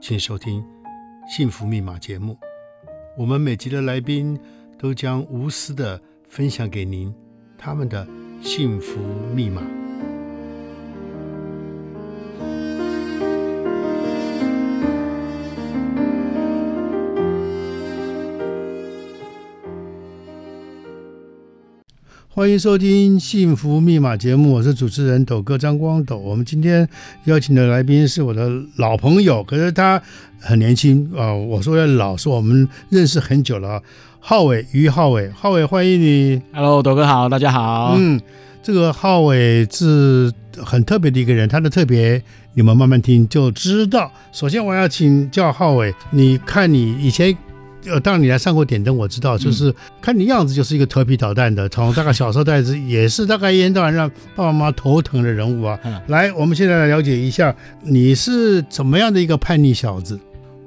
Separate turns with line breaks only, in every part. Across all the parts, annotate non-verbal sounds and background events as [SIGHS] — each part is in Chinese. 请收听《幸福密码》节目，我们每集的来宾都将无私的分享给您他们的幸福密码。欢迎收听《幸福密码》节目，我是主持人斗哥张光斗。我们今天邀请的来宾是我的老朋友，可是他很年轻啊、呃我说的老是我们认识很久了啊。浩伟，于浩伟，浩伟，欢迎你。
Hello，朵哥好，大家好。
嗯，这个浩伟是很特别的一个人，他的特别你们慢慢听就知道。首先，我要请教浩伟，你看你以前。呃，当然你来上过点灯，我知
嗯
道，就是看你样子就是一个调皮捣蛋的，从大概小时候开始也是大概一天到晚让爸爸妈妈头疼的人物啊
嗯。
来，我们现在来了解一下你是怎么样的一个叛逆小子。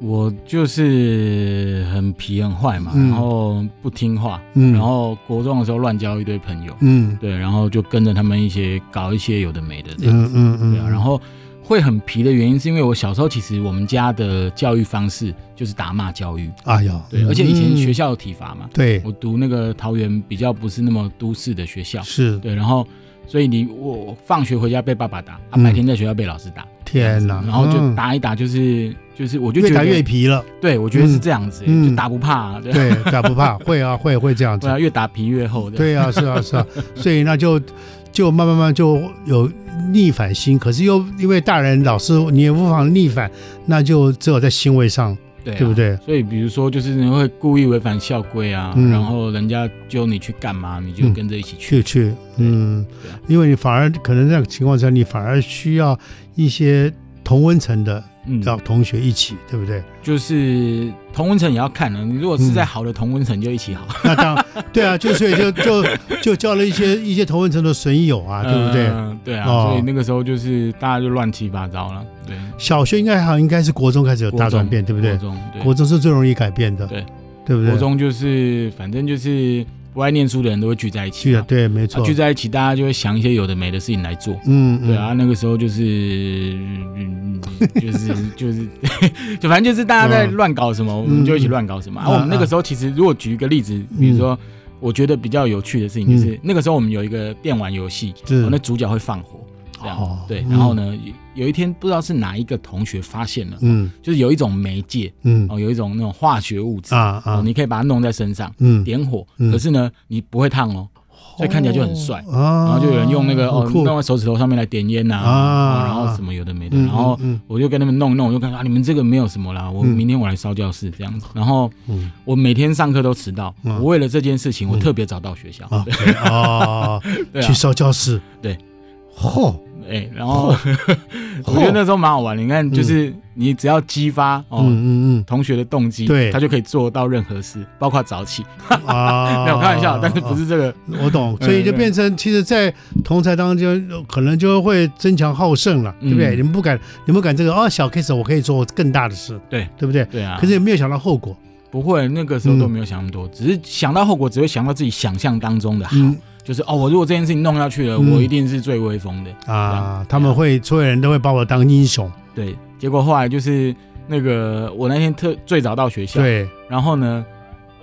我就是很皮很坏嘛，
嗯
然后不听话，
嗯
然后国中的时候乱交一堆朋友，
嗯
对，然后就跟着他们一些搞一些有的没的这样
嗯
子，
嗯
对啊，
嗯，
然后。会很皮的原因是因为我小时候其实我们家的教育方式就是打骂教育，
哎呦，
对，而且以前
嗯
学校有体罚嘛，
对
我读那个桃园比较不是那么都市的学校，
是
对，然后所以你我我放学回家被爸爸打，啊
嗯
白天在学校被老师打，
天哪，
然后就
嗯
打一打，就是就是，我就觉
越
得
打越皮了，
对，我觉得是这样子、欸
嗯
就打不怕， [LAUGHS] 对，
对，打不怕，会
[LAUGHS]
啊会会这样子
对，啊，越打皮越厚，对，
对啊，是
[LAUGHS]
啊，是啊，所以那就就慢慢慢就有逆反心，可是又因为大人老师你也无法逆反，那就只有在行为上，
对啊
对不？对？
所以比如说，就是你会故意违反校规啊，
嗯
然后人家揪你去干嘛，你就跟着一起
去
去，
去，嗯
对啊，
因为你反而可能那个情况下，你反而需要一些同温层的
嗯，
让同学一起，对不对？
就是同温层也要看的，你如果是在
嗯
好的同温层就一起好，
那当 [LAUGHS] 对啊，就所以就就就交了一些一些同温层的损友啊，对不对？
[LAUGHS] 嗯对啊，
哦
所以那个时候就是大家就乱七八糟了，对，
小学应该还好，应该是国中开始有
国
大转
中
变，对不对
国？中对，
国中是最容易改变的，
对，
对不对？
国中就是反正就是不爱念书的人都会聚在一起
去
嘛，
的，对，没
啊
错，
聚在一起，大家就会想一些有的没的事情来做。
嗯，嗯
对啊，，那个时候就是，嗯
[LAUGHS]
就是就是， [LAUGHS] 就反正就是大家在乱搞什么，我们就一起乱搞什么。啊，
嗯
我们那个时候其实，如果举一个例子，比如说，我觉得比较有趣的事情就是，那个时候我们有一个电玩游戏，
是
哦那主角会放火，
哦
这样对。然后呢，有一天不知道是哪一个同学发现了，
嗯
就是有一种媒介
嗯
哦，有一种那种化学物质
啊
哦
啊，，
你可以把它弄在身上，
嗯，
点火，
嗯
可是呢，你不会烫哦，所以看起来就很帅。
啊，
然后就有人用那个哦
很，酷
弄在手指头上面来点烟呐、
啊
啊然后什么有的没的，
嗯
然后
嗯
我就跟他们弄一弄，我就跟他说啊，你们这个没有什么啦，我
嗯
明天我来烧教室这样子。然后 [LAUGHS]
嗯
我每天上课都迟到，
嗯
我为了这件事情，我特别早到学校，
啊，OK，啊，
对啊
去，烧教室，
对，
嚯，
哎、然后
哦
[LAUGHS] 我觉得那时候蛮好玩的，你看，就是你只要激发哦。
嗯嗯
同学的动机，
对
他就可以做到任何事，包括早起。 [LAUGHS]
嗯啊，哦
没有开玩笑，但是嗯不是这个？
我懂，所以就变成其实，在同才当中，可能就会争强好胜了，对不对？
嗯
你们不敢，你们敢这个哦，小 case 我可以做更大的事，
对
对不对？
对啊，
可是嗯也没有想到后果，
不会，那个时候都没有想那么多，只是想到后果，只会想到自己想象当中的好，
嗯
就是哦，我如果这件事情弄下去了，
嗯
我一定是最威风的。
啊，他们会所有人都会把我当英雄，
对，结果后来就是那个我那天特最早到学校，
对，
然后呢，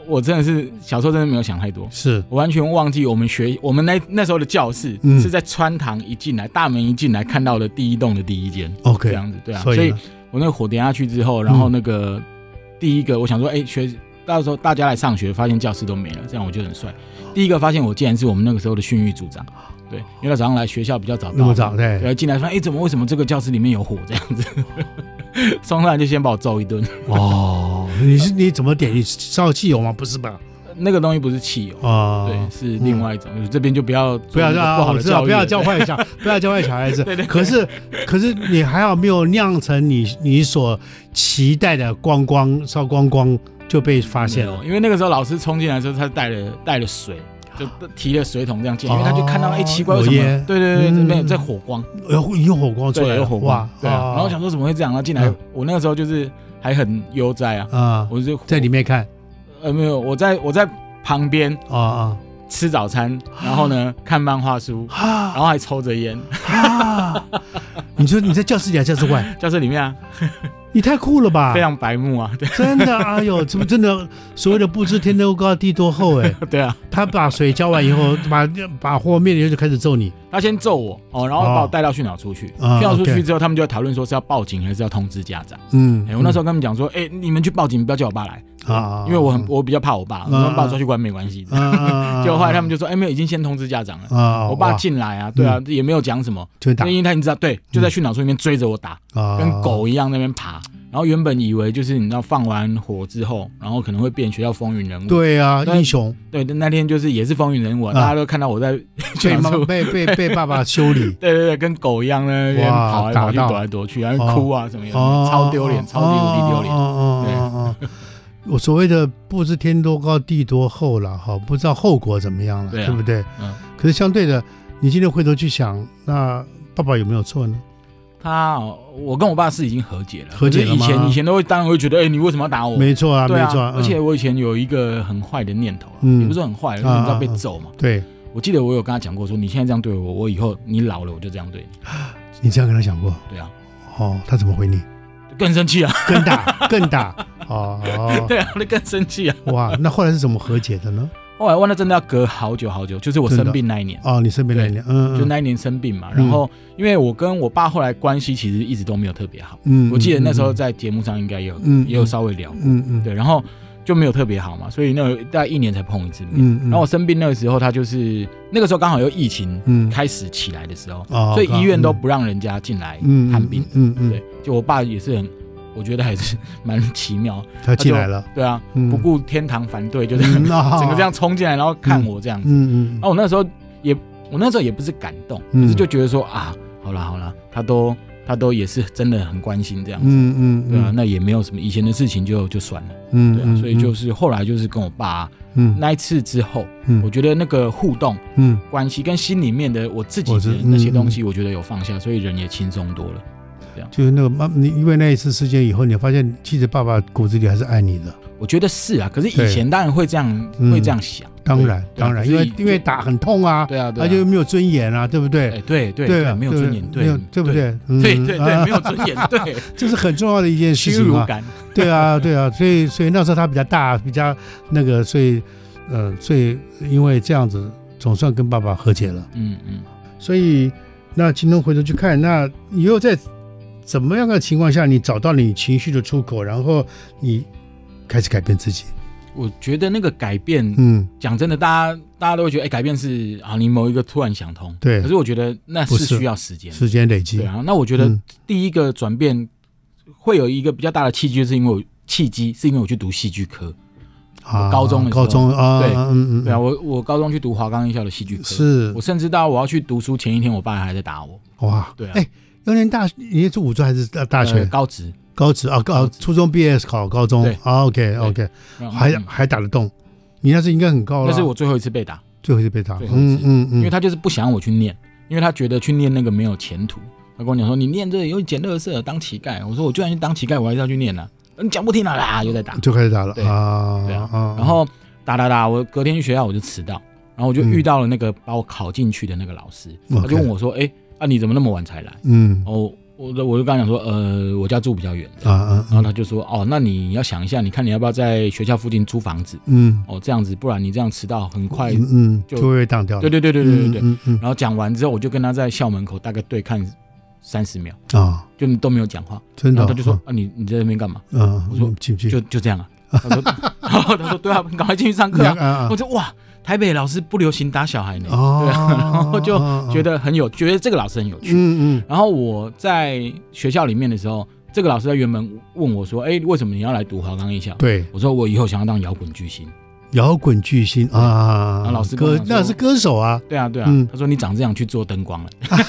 我真的是小时候真的没有想太多。
是，
我完全忘记我们学我们那那时候的教室、
嗯
是在穿堂一进来，大门一进来看到的第一栋的第一间
OK
这样子，对啊，
所
所
以
以
呢
我那个火点下去之后，然
嗯
后那个第一个我想说，哎、学到时候大家来上学，发现教室都没了，这样我就很帅。
哦
第一个发现我竟然是我们那个时候的训育组长，对，因为他早上来学校比较早到，
那么早，对，
对，进来发现，哎、怎么为什么这个教室里面有火这样子？ [LAUGHS] 冲上来就先把我揍一顿，
哦，你是你怎么点？你烧汽油吗？不是吧？
那个东西不是汽油，
啊，
对，是另外一种。就是这边就不要
嗯不
不
要啊，
不好
我
的
知道
教育
不
了，
要教坏小，
[LAUGHS]
不要教坏小孩子。可是，可是你还好没有酿成你你所期待的光光烧光光就被发
没
现
有
了。
因为那个时候老师冲进来的时候，他带了带了水，就提了水桶这样进来，因为他就看到
哦
哎奇怪，为
有
什
烟
么？对对对，
嗯
这边有在火光，
有有火光出来了，
对，有火光
哇，，
对啊。然后我想
说
说怎么会这样？然后进来
嗯，
我那个时候就是还很悠哉啊，
啊，
我就
在里面看
呃没有，我在我在旁边
啊
[LAUGHS]
啊
吃早餐，然后呢看漫画书，然
啊
后还抽着烟， [LAUGHS]
啊！你说你在教室里还是教室外？
教室里面啊
你太酷了吧
非！常白目啊， [LAUGHS] 对
真的，哎呦，这不真的所谓的不知天多高地多厚哎、
对啊。
他把水浇完以后，把把火灭了以后就开始揍你。
他先揍我哦，然后把
哦
我带到训导处去。
啊
训导处
OK
去之后，他们就在讨论说是要报警还是要通知家长。
嗯，
哎，我那时候跟他们讲说，哎，你们去报警，不要叫我爸来，
候啊，
因为我很我比较怕我爸，我
啊
说把我抓去关没关系。
啊啊，
结果后来他们
就
就说，哎，没有，已经先通知家长了。
啊，
我爸
哇嗯
进来啊，对啊，也没有讲什么，
就打
因为他已经知道，对，就在训导处里面追着我打，
啊，
跟狗一样在那边爬。然后原本以为就是你知道放完火之后，然后可能会变学校风云人物。
对啊，
但
英雄
对，那天就是也是风云人物啊，
啊
大家都看到我在
被
训
妈
导处
被被被爸爸修理
对对对，跟狗一样呢，
哇
跑来跑去、
打到哦
躲来躲去，然后哭啊什么的，超丢脸，超级无敌丢脸。
哦哦哦，我所谓的不知天多高地多厚了哈，不知道后果怎么样了，
对啊
对不对？
嗯，
可是相对的，你今天回头去想，那爸爸有没有错呢？
他哦，我跟我爸是已经和解了，
和解了
可是以
吗
前以前都会当然会觉得，哎，你为什么要打我？
没错啊，
对
没
啊
错啊，，
而且
嗯
我以前有一个很坏的念头啊，
嗯
也不是很坏，就是
啊
你知道被
啊啊
揍嘛。
对
我记得我有跟他讲过，说你现在这样对我，我以后你老了我就这样对你。
你这样跟他讲过
对啊，
哦，他怎么回你？
更生气啊，
更
[LAUGHS]
大更大哦哦，
对啊，那更生气啊。
哇，那后来是怎么和解的呢？
后来哇，那真的要隔好久好久，就是我
真
生
的
病那一年。
哦，你身边那一年，嗯，嗯
就那一年生病嘛，
嗯
然后因为我跟我爸后来关系其实一直都没有特别好，
嗯，
我记得那时候
嗯，
在节目上应该也有
嗯
也有稍微聊过，
嗯嗯，
对，然后就没有特别好嘛，所以那个大概一年才碰一次面。
嗯，嗯
然后我生病那个时候，他就是那个时候刚好有疫情
嗯
开始起来的时候，
哦
所以医院都不让人家进来
嗯
看病。，
嗯嗯，嗯
对，就我爸也是很，我觉得还是 [LAUGHS] 蛮奇妙，
他进来了，
对啊，
嗯
不顾天堂反对，就是
嗯
[LAUGHS] 整
啊
个这样哦冲进来，然后看我这样子。啊
嗯嗯
然后我那时候也，我那时候也不是感动，
嗯
可是就觉得说啊，好啦好啦，他都他都也是真的很关心这样子。
嗯嗯，
对啊，
嗯，
那也没有什么以前的事情就就算了，
嗯
对啊，所以就是后来就是跟我爸
嗯
那一次之后，
嗯
我觉得那个互动
嗯，
关系跟心里面的我自己
我嗯知
的那些东西，我觉得有放下，所以人也轻松多了。
就是那个妈，你因为那一次事件以后，你发现其实爸爸骨子里还是爱你的，
我觉得是啊，可是
对
以前当然会这样
嗯
会这样想，
当然
对啊
当然，因
所以
为因为打很痛啊，
对啊，对
他
啊，
就没有尊严啊，对不
哎
对？
对对
啊
没有尊严，
没有对不？对？嗯
对对对，
啊
没有尊严，对
这 [LAUGHS] 是很重要的一件事
虚
情
荣
啊。
感，
对啊，对啊，所以所以那时候他比较大，比较那个，所以呃，所以因为这样子，总算跟爸爸和解了。
嗯嗯。
所以那今天回头去看，那你又在怎么样的情况下，你找到了你情绪的出口，然后你开始改变自己？
我觉得那个改变，
嗯，
讲真的，大家大家都会觉得，哎、改变是啊，你某一个突然想通，
对
可是我觉得那
不
是
是
需要时间的，
时间累积，
对啊。那我觉得
嗯
第一个转变会有一个比较大的契机，就是因为我契机是因为我去读戏剧科，
啊
高中的时候
高中啊，
对
嗯嗯，
对啊，我我高中去读华冈艺校的戏剧科，
是
我甚至到我要去读书前一天，我爸还在打我，
哇，
对啊
哎，幼年大，你是五中还是大大
呃
学？
高职，
高职啊，高
高职
初中毕业考高中哦，OK
对
OK，
嗯
还
嗯
还打得动，你那是应该很高了，
那是我最后一次被打，
最后一次被打，
最后一
嗯
次
嗯嗯，
因为他就是不想我去念，因为他觉得去念那个没有前途。他跟我讲说：“你念这个有捡垃圾当乞丐。”我说：“我就算去当乞丐，我还是要去念啊。”你讲不听了啦，又在打。
就开始打了
对
啊
对啊
啊
然后打打打，我隔天去学校我就迟到，然后我就遇到了那个把我考进去的那个老师，
嗯 OK
他就问我说：“哎、啊你怎么那么晚才来
嗯？”
哦，我我我就跟他讲说：“呃，我家住比较远。”
啊啊，
然后他就说：“哦，那你要想一下，你看你要不要在学校附近租房子？
嗯
哦，这样子，不然你这样迟到很快。
嗯嗯，
就
就会被挡掉了，
对对对对对对对。
嗯嗯
然后讲完之后，我就跟他在校门口大概对看三十秒，
嗯啊，
就都没有讲话。
真
然
的，
后他就说：“啊，你你在那边干嘛
嗯，
我说
嗯进不？”去
就就这样啊。他说：“然后他说对啊，你赶快进去上课
两
啊。
个”啊
我 [LAUGHS] 就哇，台北老师不流行打小孩呢。
哦，
对啊然后 [LAUGHS] 就觉
得
得很有，觉得这个老师很有趣。
啊嗯嗯
然后我在学校里面的时候，这个老师他原本问我说：“哎，为什么你要来读华冈艺校
对？”，
我说：“我以后想要当摇滚巨星。
摇滚巨星啊，
老师跟我
歌
讲说
那是歌手啊，
对啊，对啊。
嗯
他说你长这样去做灯光了， [LAUGHS]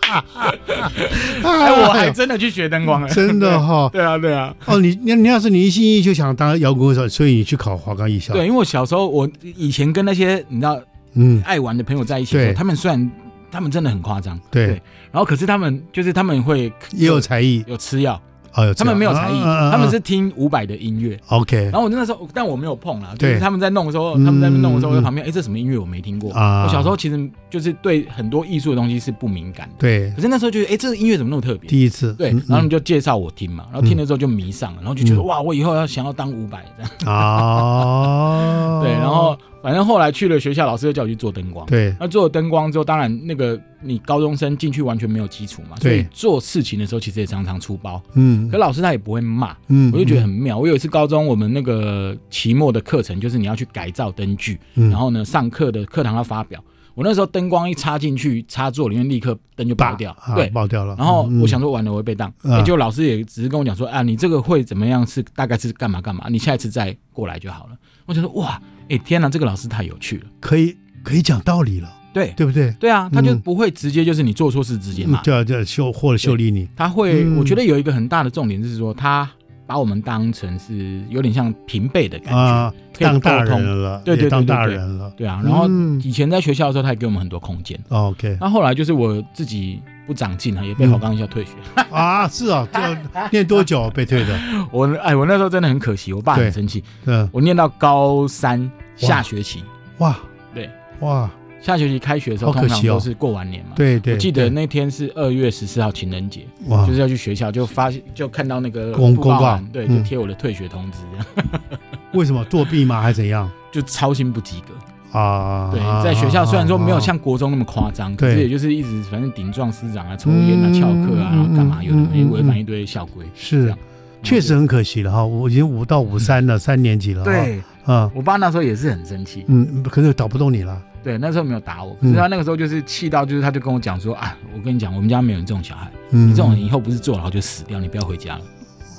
哎，我还真的去学灯 [LAUGHS] 光了，
真的哈
对啊，对啊，
哦，你你你要是你一心一意就想当摇滚歌手，所以你去考华冈艺校，
对，因为我小时候我以前跟那些你知道
嗯，
爱玩的朋友在一起的时候，
对
他们虽然他们真的很夸张，
对
对，然后可是他们就是他们会
也有才艺，
有吃药，
哦，有这样
他们没有才艺，
啊啊啊
他们是听伍佰的音乐。
OK
然后我那时候，但我没有碰啦，就是
对
他们在弄的时候，
嗯
他们在那边弄的时候，我
嗯
在旁边，哎，这什么音乐我没听过。
啊
我小时候其实就是对很多艺术的东西是不敏感的，
对，
可是那时候觉得，哎，这个音乐怎么那么特别？
第一次，
对，
嗯
然后他们就介绍我听嘛，然后听了之后就迷上了，然后就觉得
嗯
哇，我以后要想要当伍佰这样。
嗯哦，
[LAUGHS] 对，然后反正后来去了学校，老师就叫我去做灯光。
对
那做灯光之后，当然那个你高中生进去完全没有基础嘛，所以
对
做事情的时候其实也常常出包。
嗯
可老师他也不会骂，
嗯
我就觉得很妙。我有一次高中我们那个期末的课程，就是你要去改造灯具，
嗯
然后呢上课的课堂要发表。我那时候灯光一插进去插座里面，立刻灯就爆掉。
啊
对，
爆掉了。
然后
嗯
我想，说完了我会被当，
啊
欸就老师也只是跟我讲说啊，你这个会怎么样是大概是干嘛干嘛，你下一次再过来就好了。我想说哇，哎、天哪，这个老师太有趣了，
嗯可以可以讲道理了，
对
对不对？
对啊，他就
嗯
不会直接就是你做错事直接骂，
就要就要修或者修理你，
他会、
嗯
我觉得有一个很大的重点是说他把我们当成是有点像平辈的感觉，
啊，
可以
当大
沟通
人了，
对对对
也当
对
大
对
人了。
对啊，然后
嗯
以前在学校的时候，他也给我们很多空间。
OK
那后来就是我自己不长进啊，也被
嗯
好钢一校退学。
啊，是啊，这念多久啊被退的？
[LAUGHS] 我哎，我那时候真的很可惜，我爸
对
很生气。
嗯，
我念到高三下学期，
哇
对，
哇，
下学期开学的时候，
好
通
可
常
惜哦
都是过完年嘛。，
对对，
我记得
对
那天是二月十四号情人节，
哇
就是要去学校，就发现就看到那个
啊公
布告
公
栏，
告
对，
嗯
就贴我的退学通知， [LAUGHS] 这样
为什么作弊吗？还是怎样
就操心不及格。
啊？
对，在学校虽然说没有像
啊
国中那么夸张，可
对
是也就是一直反正顶撞师长啊、抽烟啊、
嗯
翘课啊，然后干嘛
嗯
有的没
嗯嗯
违反一堆校规。嗯这
是
样嗯
确实很可惜了哈，我已经五到五三了，三年级了哈，
对
啊
我爸那时候也是很生气，
嗯，可是打不动你了，
对，那时候没有打我，可是他那个时候就是气到，就是他就跟我讲说啊，我跟你讲，我们家没有你这种小孩，
嗯，
你这种人以后不是坐牢就死掉，你不要回家了。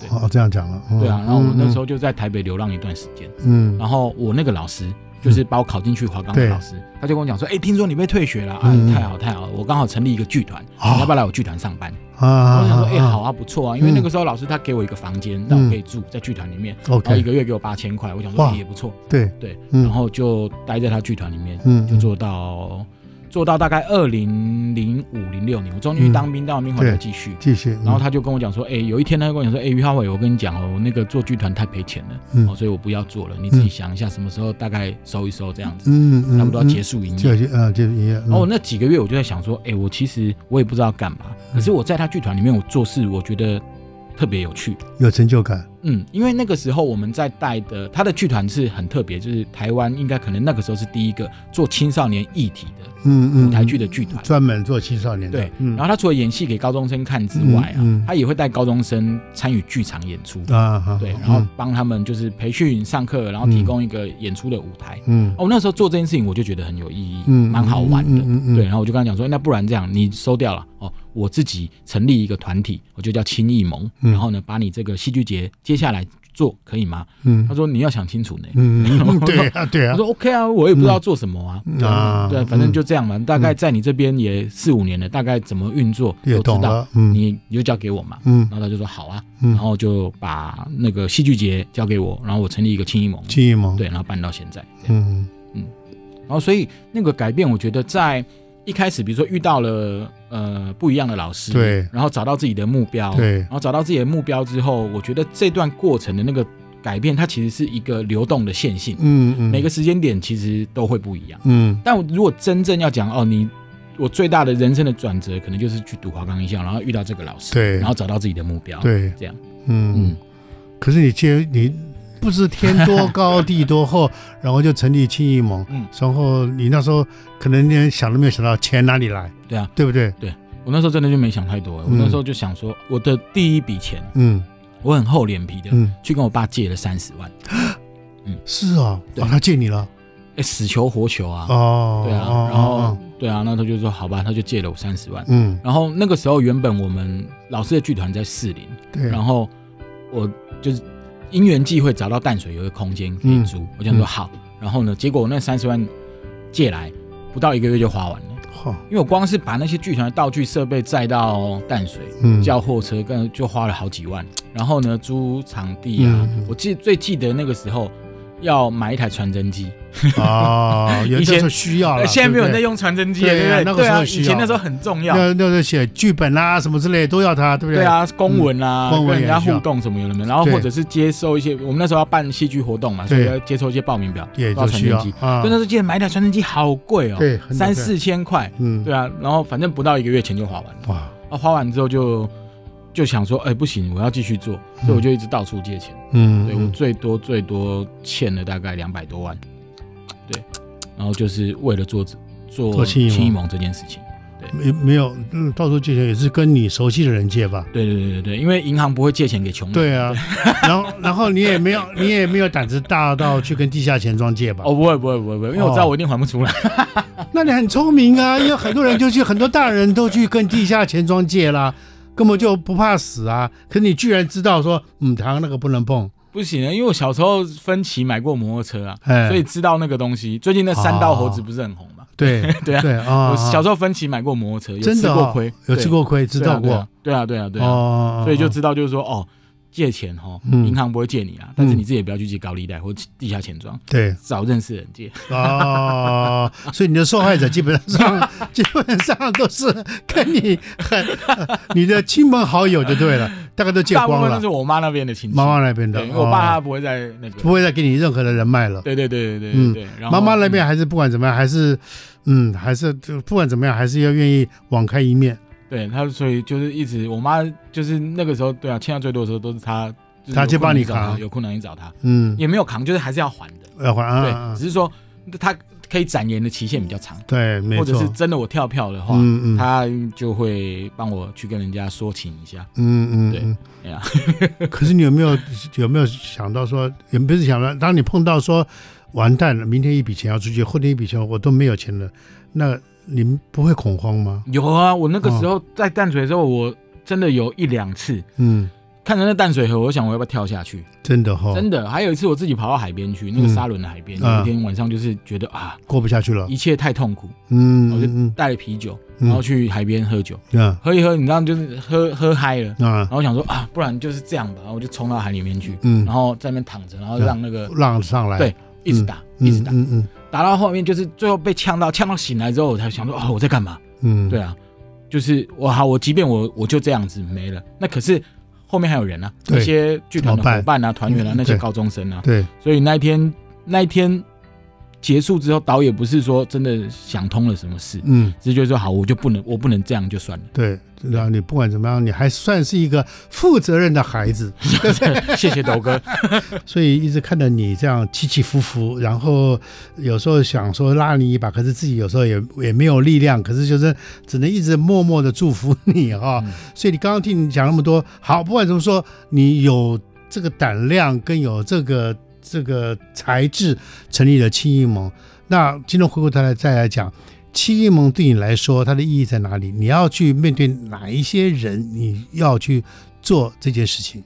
哦这样讲了，嗯
对啊，然后我那时，候
嗯
就在台北流浪一段时间，
嗯
然后我那个老师就是把我考进去华冈的
对
老师，他就跟我讲说，哎，听说你被退学了，啊，
嗯
太好太好了，我刚好成立一个剧团，
啊
你要不要来我剧团上班？
啊
我想说，哎，
啊嗯
好啊，不错啊，因为那个时候老师他给我一个房间，让我可以住在剧团里面，然后一
，OK，
个月给我八千块，我想说
哇
哎也不错，
对，
对，
嗯
然后就待在他剧团里面，
嗯
就做到做到大概二零零五零六年，我中
嗯
间去当兵，当完兵回来继续。
继续，嗯
然后他就跟我讲说，哎、有一天他就跟我讲说，哎、于浩伟，我跟你讲哦，我那个做剧团太赔钱了，
嗯
哦，所以我不要做了，你自己想一下什么时候大概收一收这样子，
嗯嗯，
差不多要结束哦营业。
就啊就营业，
然后我
嗯
那几个月我就在想说，哎、我其实我也不知道干嘛，可
嗯
是我在他剧团里面我做事，我觉得特别有趣。
有成就感，
嗯，因为那个时候我们在带的他的剧团是很特别，就是台湾应该可能那个时候是第一个做青少年议题的
嗯嗯，
舞台剧的剧团。
专门做青少年的，
对，
嗯
然后他除了演戏给高中生看之外啊，
嗯嗯
他也会带高中生参与剧场演出，
啊哈，
对，
嗯
然后帮他们就是培训、上课，然后提供一个演出的舞台。
嗯
哦，那时候做这件事情我就觉得很有意义，
嗯
蛮好玩的。
嗯嗯嗯嗯
对，然后我就跟他讲说，那不然这样，你收掉了哦，我自己成立一个团体，我就叫青艺盟，
嗯
然后呢，把你这个戏剧节接下来做可以吗？
嗯
他说你要想清楚呢。
嗯嗯
[LAUGHS]
嗯，对啊对啊
我，说 OK 啊，我也不知道做什么啊，对
啊嗯
对，反正就这样嘛。大概在你这边也四五年了，大概怎么运作
也
都
懂
知道
了，，嗯
你你就交给我嘛。
嗯
然后他就说好啊，然
嗯，
后就把那个戏剧节交给我，然后我成立一个青艺盟，
记忆盟，
对，然后办到现在。这样
嗯，
然后所以那个改变，我觉得在一开始，比如说遇到了呃不一样的老师，
对
然后找到自己的目标，
对
然，后找到自己的目标之后，我觉得这段过程的那个改变，它其实是一个流动的线性，
嗯嗯，
每个时间点其实都会不一样。
嗯
但我如果真正要讲哦，你我最大的人生的转折，可能就是去读华冈艺校，然后遇到这个老师，
对
然后找到自己的目标，，
对，
这样，
嗯
嗯，，
可是你接你不知天多高地多厚，
[LAUGHS]
然后就成立青艺盟，
嗯
然后你那时候可能连想都没有想到钱哪里来，
对啊，
对不对？
我那时候真的就没想太多，我
嗯
那时候就想说，我的第一笔钱，
嗯
我很厚脸皮的，
嗯，
去跟我爸借了三十万，
是啊，
对
哦，他借你了，
哎，死求活求啊，
哦，
对啊，
哦
然后
哦
对啊，那他就说好吧，他就借了我三十万。
嗯，
然后那个时候原本我们老师的剧团在士林，
对，
然后我就是因缘际会找到淡水有一个空间可以租，
嗯
我就想说好，然后呢，结果我那三十万借来不到一个月就花完了，
嚯，
因为我光是把那些剧团的道具设备载到淡水，
嗯，
叫货车跟就花了好几万，然后呢，租场地啊，
嗯
我记最记得那个时候要买一台传真机， [LAUGHS]
啊，有
以
这
前
时候需要了，
呃 [LAUGHS] 现在没有人在
对
用传真机了，
对
对
啊
不
那
对？
个
对
时
啊，
候需要
以前那时候很重
不
要
对，那那时候写剧本啊什么之类都要它，对不
对
对？嗯
啊，公文啦，
公文
跟人家
也需要
互动什么有的没有，然后
对
或者是接收一些，我们那时候要办戏剧活动嘛，所以
对
要接收一些报名表，
也
都要
就
传
需
真
要
机。
啊
所以，那时候记得买一台传真机好贵哦，
对，很
三
多
四千块，
嗯，
对啊，然后反正不到一个月钱就花完了，
哇，
啊，花完之后就就想说，哎，不行，我要继续做，所以我就一直到处借钱，
嗯，
对我最多最多欠了大概两百多万，对，然后就是为了做做
做
轻
轻盈
盈盟这件事情。
没没有，嗯，到处借钱也是跟你熟悉的人借吧。
对对对对对，因为银行不会借钱给穷人，
对啊， [LAUGHS] 然后然后你也没有你也没有胆子大到去跟地下钱庄借吧？
哦，不会不会不会不会，因为我知道我一定还不出来。
那你很聪明啊，因为很多人就去，很多大人都去跟地下钱庄借啦，根本就不怕死啊。可你居然知道说，嗯，糖那个不能碰，
不行啊，因为我小时候分期买过摩托车啊，
哎，
所以知道那个东西。最近那三道猴子不是很红嘛？
对
[LAUGHS] 对啊，
对啊，
我小时候分期买过摩托车，有
真
吃
的
过
哦
亏，
有
对
吃过亏，知道
对
过
啊对啊对啊对啊对啊，
哦，
所以就知道就是说哦，借钱哈，
嗯
银行不会借你啊，但是你自己也不要去借高利贷或地下钱庄，
对
找认识人借。
哦，所以你的受害者基本上
[LAUGHS]
基本上都是跟你很 [LAUGHS] 你的亲朋好友就对了，大概都借
大部
光
分都
了
是，我妈那边的亲戚，
妈妈那边的，
对，因为我爸他
哦
不会在那个，
不会再给你任何的人脉了。
对对对对对对，然后
妈妈那边还是不管怎么样，还是嗯，还是就不管怎么样，还是要愿意网开一面。
对他，所以就是一直我妈就是那个时候，对啊，欠到最多的时候都是她，就是
她
有
去
困
帮你
难找她
扛
有困难去找她，
嗯，
也没有扛，就是还是要还的，
要还啊，啊
对，
啊
只是说她可以展延的期限比较长，
对，没
或者
错
是。真的我跳票的话，
嗯嗯
她就会帮我去跟人家说情一下，
嗯
对
嗯
哎呀，
嗯。 [LAUGHS] 可是你有没有有没有想到说，也不是想到，当你碰到说完蛋了，明天一笔钱要出去，后天一笔钱我都没有钱了，那你们不会恐慌吗？
有啊，我那个时候在淡水的时候，我真的有一两次
嗯，
看着那淡水河，我想我要不要跳下去，
真的哈，
真的，还有一次我自己跑到海边去，那个
哦嗯
沙仑的海边，
啊
有一天晚上就是觉得啊，
过不下去了。
一切太痛苦，
嗯
我就
嗯
带了啤酒，
嗯
然后去海边喝酒，
嗯啊
喝一喝，你知道就是喝喝嗨了，
啊
然后想说啊，不然就是这样吧，然后我就冲到海里面去，
嗯
然，后在那边躺着，然后让那个
浪上来，
对一直打，
嗯，
一直打，
嗯嗯
打到后面就是最后被呛到，呛到醒来之后，我才想说哦，我在干嘛？
嗯，
对啊，就是我好，我即便我我就这样子没了，那可是后面还有人啊，
对
那些剧团
怎
的
么办
伙伴啊、团员啊
嗯，
那些
对
高中生啊，
对，
所以那一天那一天结束之后，导演不是说真的想通了什么事，
嗯。
直觉说好，我就不能，我不能这样就算了。
对，然后你不管怎么样，你还算是一个负责任的孩子， [LAUGHS]
谢谢斗哥，
所以一直看着你这样起起伏伏，然后有时候想说拉你一把，可是自己有时候也也没有力量，可是就是只能一直默默的祝福你哈、
嗯
所以你刚刚听你讲那么多，好，不管怎么说，你有这个胆量跟有这个这个才智，成立了七一盟。那今天回过头来再来讲，七一盟对你来说它的意义在哪里？你要去面对哪一些人？你要去做这件事情？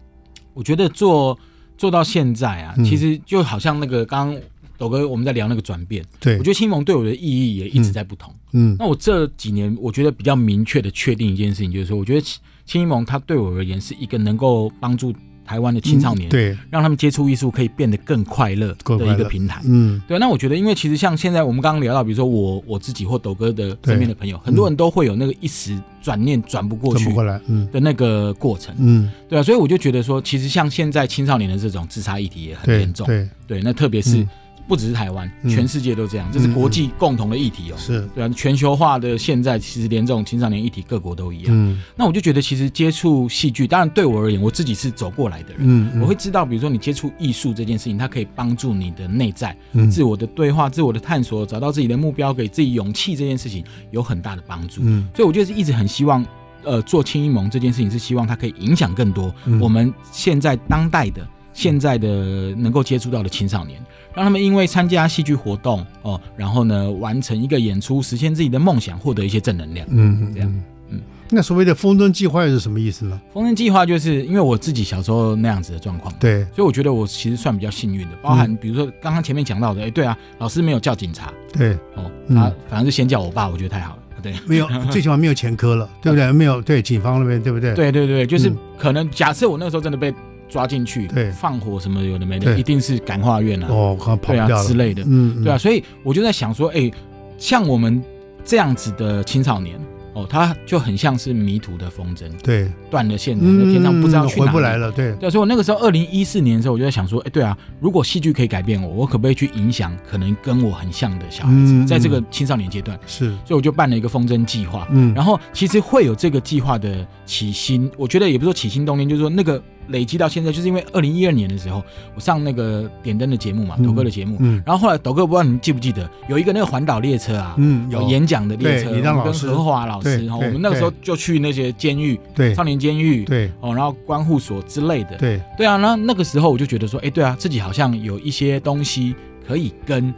我觉得做做到现在啊，
嗯
其实就好像那个刚刚斗哥我们在聊那个转变，
对，
我觉得青盟对我的意义也一直在不同。
嗯
那我这几年我觉得比较明确的确定一件事情，就是说，我觉得青青盟它对我而言是一个能够帮助台湾的青少
嗯
年，
对，
让他们接触艺术可以变得更快乐
更
的
快
一个
乐
平台。
嗯
对，啊那我觉得，因为其实像现在我们刚刚聊到，比如说我我自己或斗哥的
对
身边的朋友，很多人都会有那个一时转念转不过
转
去
不过来，嗯
的那个过程，
嗯，
对啊，所以我就觉得说，其实像现在青少年的这种自杀议题也很
对
严重，
对
对，那特别是
嗯
不只是台湾，
嗯
全世界都这样，这是国际共同的议题哦。
是，
对啊，全球化的现在，其实连这种青少年议题各国都一样。
嗯
那我就觉得，其实接触戏剧，当然对我而言，我自己是走过来的人，
嗯，嗯
我会知道，比如说你接触艺术这件事情，它可以帮助你的内在、
嗯
自我的对话、自我的探索，找到自己的目标，给自己勇气这件事情有很大的帮助。
嗯
所以我就是一直很希望，呃，做青音盟这件事情是希望它可以影响更多
嗯
我们现在当代的。现在的能够接触到的青少年，让他们因为参加戏剧活动哦、然后呢完成一个演出，实现自己的梦想，获得一些正能量。
嗯嗯
这样
嗯
嗯，
那所谓的风筝计划又是什么意思呢？
封建计划就是因为我自己小时候那样子的状况，
对嗯
所以我觉得我其实算比较幸运的，包含比如说刚刚前面讲到的，哎、对啊，老师没有叫警察
对，
哦，
嗯
他反而是先叫我爸，我觉得太好了。对
没
[LAUGHS]
有，最起码没有前科了，对不对？没有对警方那边，对不对？
对对对，就是
嗯
可能假设我那个时候真的被抓进去，
对
放火什么有的没的，
对
一定是感化院啊，
哦，我刚刚跑
对
不
啊
掉了
之类的，
嗯，嗯
对啊，，所以我就在想说，哎、像我们这样子的青少年。哦，他就很像是迷途的风筝，
对，
断了线，人在嗯天上不知道去
嗯回
哪里
不来了，对，
对啊，所以我那个时候二零一四年的时候，我就在想说，哎，对啊，如果戏剧可以改变我，我可不可以去影响可能跟我很像的小孩子，
嗯
在这个
嗯
青少年阶段？
是，
所以我就办了一个风筝计划。
嗯，
然后其实会有这个计划的起心，我觉得也不是说起心动念，就是说那个累积到现在，就是因为二零一二年的时候，我上那个点灯的节目嘛，
嗯
抖哥的节目。
嗯
然后后来抖哥不知道你记不记得，有一个那个环岛列车啊，
嗯，
有
有
演讲的列
对
车，
李亮老
我们跟
师
何华老师，
对
然后我
对
们那个时候
对
就去那些监狱、
对
少年监狱，
对
哦，然后关护所之类的。
对，
对啊，那那个时候我就觉得说，哎，对啊，自己好像有一些东西可以跟，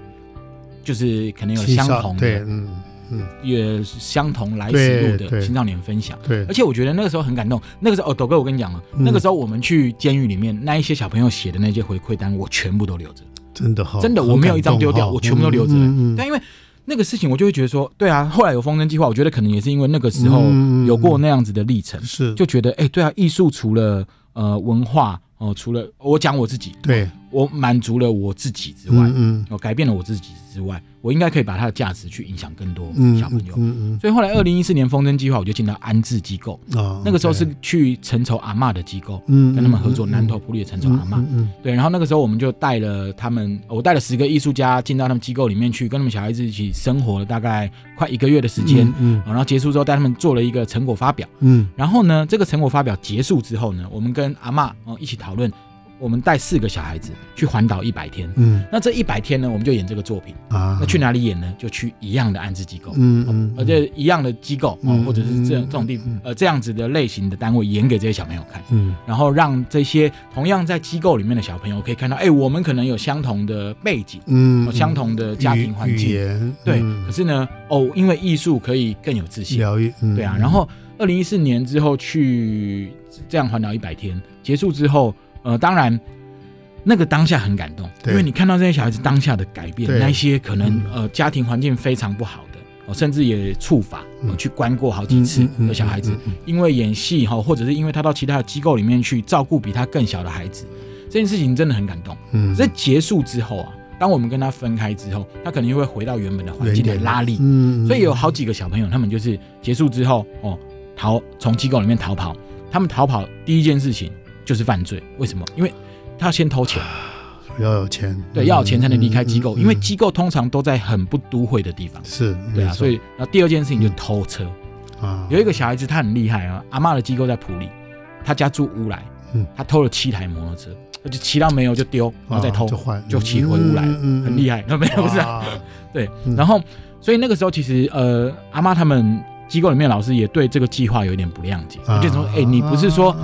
就是可能有
青
相
少
同
对，
的，
嗯嗯，
也相同来时路
对
的
对
青少年分享。
对
而，且我觉得那个时候很感动，那个时候哦，抖哥，我跟你讲啊，
嗯
那个时候我们去监狱里面，那一些小朋友写的那些回馈单，我全部都留着，
真的好，
真的
好
我没有
感
一张
动
丢掉
哈
我全部都留着
嗯嗯嗯
对，因为那个事情，我就会觉得说，对啊，后来有风筝计划，我觉得可能也是因为那个时候
嗯嗯嗯
有过那样子的历程，
是，
就觉得，哎，对啊，艺术除了呃文化哦、除了我讲我自己，
对，
我满足了我自己之外，我、
嗯嗯
改变了我自己之外，我应该可以把它的价值去影响更多
嗯，
小朋友。
嗯嗯
所以后来，二零一四年风筝计划，我就进到安置机构，
嗯，啊，
那个时候是
对
去陈筹阿嬷的机构，
嗯
跟他们合作
嗯嗯
南投埔里的陈筹阿嬷。
嗯嗯
对，然后那个时候我们就带了他们，我带了十个艺术家进到他们机构里面去，跟他们小孩子一起生活了大概快一个月的时
嗯
间。
嗯
然后结束之后，带他们做了一个成果发表。
嗯
然后呢，这个成果发表结束之后呢，我们跟阿嬷哦一起讨论，我们带四个小孩子去环岛一百天。
嗯
那这一百天呢，我们就演这个作品。
啊，
那去哪里演呢？就去一样的安置机构，
嗯嗯，
而且一样的机构，哦
嗯
或者是这
嗯
这种地
嗯
呃这样子的类型的单位演给这些小朋友看，
嗯
然后让这些同样在机构里面的小朋友可以看到，哎，我们可能有相同的背景，
嗯
哦相同的家庭环
语
境，
言嗯
对。可是呢，哦，因为艺术可以更有自信，
疗愈，嗯
对啊。然后二零一四年之后去这样环岛一百天结束之后，呃，当然那个当下很感动，
对
因为你看到这些小孩子当下的改变，
对
那一些可能
嗯
呃家庭环境非常不好的，哦，甚至也处罚、
嗯
呃去关过好几次的小孩子，，
嗯嗯嗯嗯
因为演戏哈，或者是因为他到其他的机构里面去照顾比他更小的孩子，这件事情真的很感动。
嗯，
在结束之后啊，当我们跟他分开之后，他可能又会回到原本的环境来拉力，
嗯，
所以有好几个小朋友，他们就是结束之后哦，逃从机构里面逃跑。他们逃跑第一件事情就是犯罪，为什么？因为他要先偷钱，
啊要有钱，
对，要有钱才能离开机
嗯
构，因为机构通常都在很不都会的地方，
是，
对啊。所以，然后第二件事情就是偷车。
啊，
有一个小孩子他很厉害啊，阿嬷的机构在普里，他家住乌来
嗯，
他偷了七台摩托车，他就骑到没有就丢，然后再偷，
啊就换，嗯
就骑回乌来，很厉
害，
害。没有不是啊，对
嗯。
然后，所以那个时候其实呃，阿嬷他们机构里面的老师也对这个计划有一点不谅解，
啊
就说：“哎，你不是说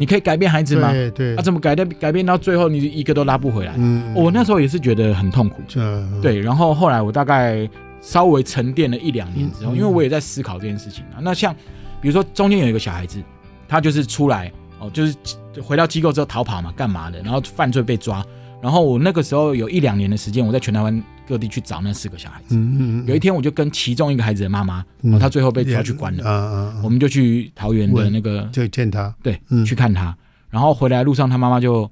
你可以改变孩子吗？
对啊对
啊，，怎么改变改变到最后你一个都拉不回来？”
嗯
我那时候也是觉得很痛苦。
这，
对，然后后来我大概稍微沉淀了一两年之后，
嗯嗯
因为我也在思考这件事情啊。那像比如说中间有一个小孩子，他就是出来哦，就是回到机构之后逃跑嘛，干嘛的，然后犯罪被抓。然后我那个时候有一两年的时间，我在全台湾各地去找那四个小孩子。
嗯嗯，
有一天，我就跟其中一个孩子的妈妈，
嗯
哦，她最后被抓去关了，
啊啊，
我们就去桃园的
问
那个
就见他，
对
嗯
去看她。然后回来路上，她妈妈就，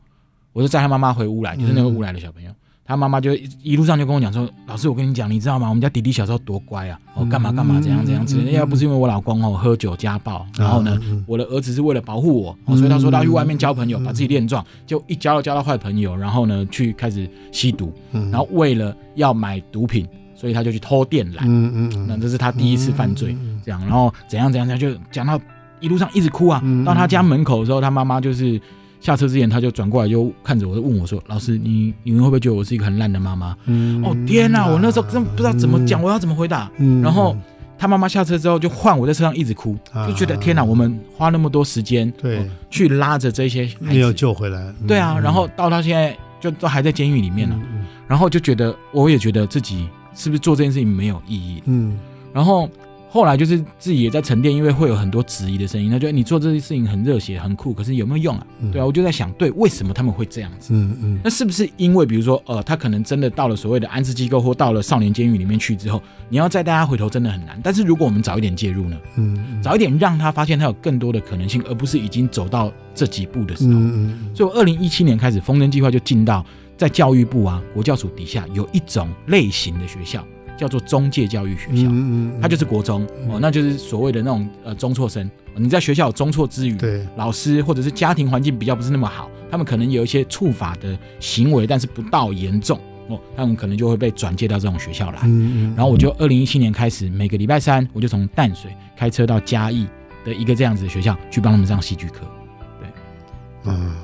我就载她妈妈回乌来，就是那个
嗯
乌来的小朋友。她妈妈就一一路上就跟我讲说：“老师，我跟你讲，你知道吗？我们家弟弟小时候多乖啊，哦，干嘛干嘛，怎样怎样子。
嗯嗯嗯
要不是因为我老公哦喝酒家暴，然后呢
嗯嗯，
我的儿子是为了保护我，哦所以他说他去外面交朋友，把自己练壮，就一交交到坏朋友，然后呢去开始吸毒，
嗯，
然后为了要买毒品，所以他就去偷电缆。
嗯嗯
那
嗯，
这是他第一次犯罪
嗯嗯嗯，
这样，然后怎样怎样怎样，就讲到一路上一直哭啊
嗯嗯。
到他家门口的时候，他妈妈就是下车之前，他就转过来就看着我，就问我说：“老师，你你们会不会觉得我是一个很烂的妈妈？”
嗯
哦天哪，我那时候真的不知道怎么讲，，我要怎么回答。
嗯
然后他妈妈下车之后就换我在车上一直哭，
啊
就觉得天哪，我们花那么多时间
对
哦去拉着这些孩
没有
子，
救回来，
对啊，然后到他现在就都还在监狱里面了，
嗯
然后就觉得我也觉得自己是不是做这件事情没有意义了
嗯
然后后来就是自己也在沉淀，因为会有很多质疑的声音，他觉得你做这些事情很热血、很酷，可是有没有用啊？
嗯
对啊，我就在想，对，为什么他们会这样子？
嗯嗯
那是不是因为，比如说，呃，他可能真的到了所谓的安置机构或到了少年监狱里面去之后，你要再带他回头真的很难。但是如果我们早一点介入呢，
嗯，
早一点让他发现他有更多的可能性，而不是已经走到这几步的时候。
嗯嗯
所以，我二零一七年开始，风筝计划就进到在教育部啊国教署底下有一种类型的学校，叫做中介教育学校。
嗯嗯，
它就是国中哦，那就是所谓的那种呃中辍生。你在学校有中辍之余，
对，
老师或者是家庭环境比较不是那么好，他们可能有一些触法的行为，但是不到严重哦，他们可能就会被转介到这种学校来。
嗯嗯，
然后我就二零一七年开始，每个礼拜三我就从淡水开车到嘉义的一个这样子的学校去帮他们上戏剧课，
啊，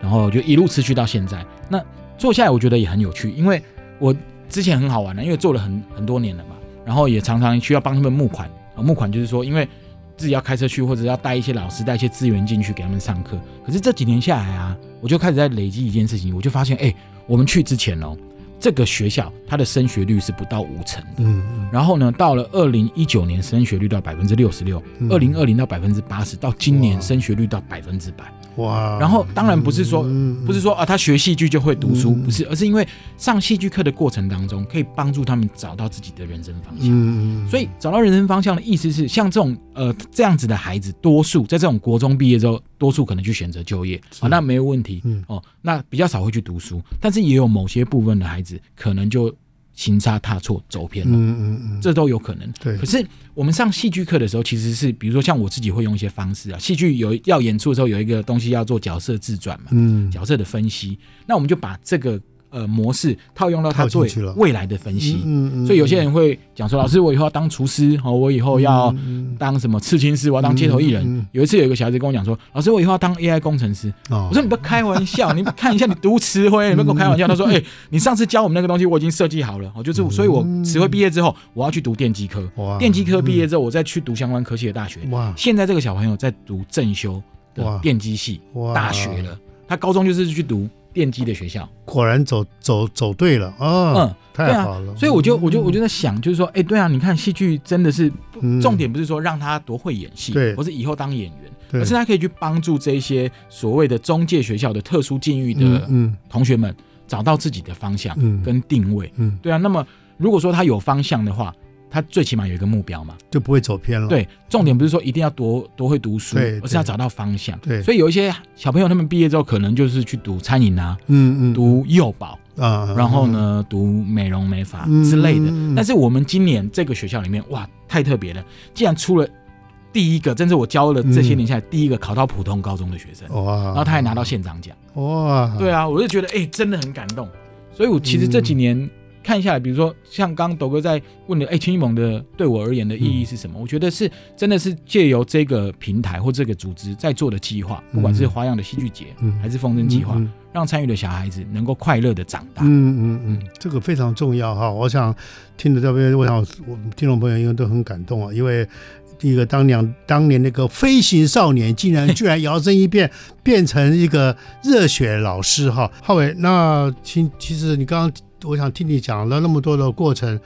然后就一路持续到现在。那做下来我觉得也很有趣，因为我之前很好玩的，因为做了很很多年了嘛，然后也常常需要帮他们募款啊，募款就是说因为。自己要开车去，或者要带一些老师、带一些资源进去给他们上课。可是这几年下来啊，我就开始在累积一件事情，我就发现，哎、我们去之前哦，这个学校它的升学率是不到五成的。
嗯
然后呢，到了二零一九年，升学率到百分之六十六，
嗯
二零二零到百分之八十，到今
哇
年升学率到百分之百。
哇，
然后当然不是说，
嗯
不是说啊，他学戏剧就会读书，
嗯
不是，而是因为上戏剧课的过程当中，可以帮助他们找到自己的人生方向。
嗯嗯，
所以找到人生方向的意思是，像这种呃这样子的孩子，多数在这种国中毕业之后，多数可能去选择就业，啊，那没有问题，
嗯
哦，那比较少会去读书，但是也有某些部分的孩子可能就行差踏错，走偏
嗯
了，
嗯嗯，
这都有可能。
对
可，是我们上戏剧课的时候，其实是比如说像我自己会用一些方式啊，戏剧有要演出的时候有一个东西要做角色自传嘛，
嗯
角色的分析，那我们就把这个呃模式套用到他
套进
对
去了
未来的分析。
嗯
所以有些人会讲说，老师，我以后要当厨师，哦，我以后要当什么刺青师，我要当街头艺人。
嗯嗯嗯嗯
有一次有一个小孩子跟我讲说，老师，我以后要当 AI 工程师。
哦
我说你不要开玩笑，你看一下你读词
[LAUGHS]
汇，你不要跟我开玩笑。他说，
嗯
哎、你上次教我们那个东西我已经设计好了，我就是，所以我词汇毕业之后我要去读电机科
嗯哇，嗯
电机科毕业之后我再去读相关科系的大学。
哇
啊现在这个小朋友在读正修
哇
的电机系
哇
大学了，他高中就是去读电机的学校。
果然走走走对了啊，
嗯，对
太好
啊
了，，
所以我就我就我就在想，就是说，哎、对啊，你看戏剧真的是不
嗯
重点不是说让他多会演戏，
对
或是以后当演员，
对
而是他可以去帮助这些所谓的中介学校的特殊境遇的
嗯
同学们找到自己的方向
嗯
跟定位。
嗯，
对啊，那么如果说他有方向的话，他最起码有一个目标嘛。
就不会走偏了，
对，重点不是说一定要多多会读
嗯
书，
对
而是要找到方向。
对
所以有一些小朋友他们毕业之后，可能就是去读餐饮啊，
嗯嗯
读幼保，
啊，
然后呢，读美容美发
嗯
之类的
嗯嗯。
但是我们今年这个学校里面，哇，太特别了，竟然出了第一个，真是我教了这些年下来第一个考到普通高中的学生，
哇，
然后他还拿到县长奖。
哇，
对啊，我就觉得哎、真的很感动。所以我其实这几
嗯
年看下来，比如说像刚斗哥在问的，哎、青一盟的对我而言的意义是什
嗯
么？我觉得是真的是借由这个平台或这个组织在做的计划，不管是花样的戏剧节
嗯
还是风筝计划
嗯嗯，
让参与的小孩子能够快乐的长大。
嗯嗯嗯，这个非常重要哈。我想听的这边，我想我们听众朋友应该都很感动啊，因为第一个当年当年那个飞行少年，竟然居然摇身一变 [LAUGHS] 变成一个热血老师哈。浩伟，那其其实你刚刚我想听你讲了那么多的过程。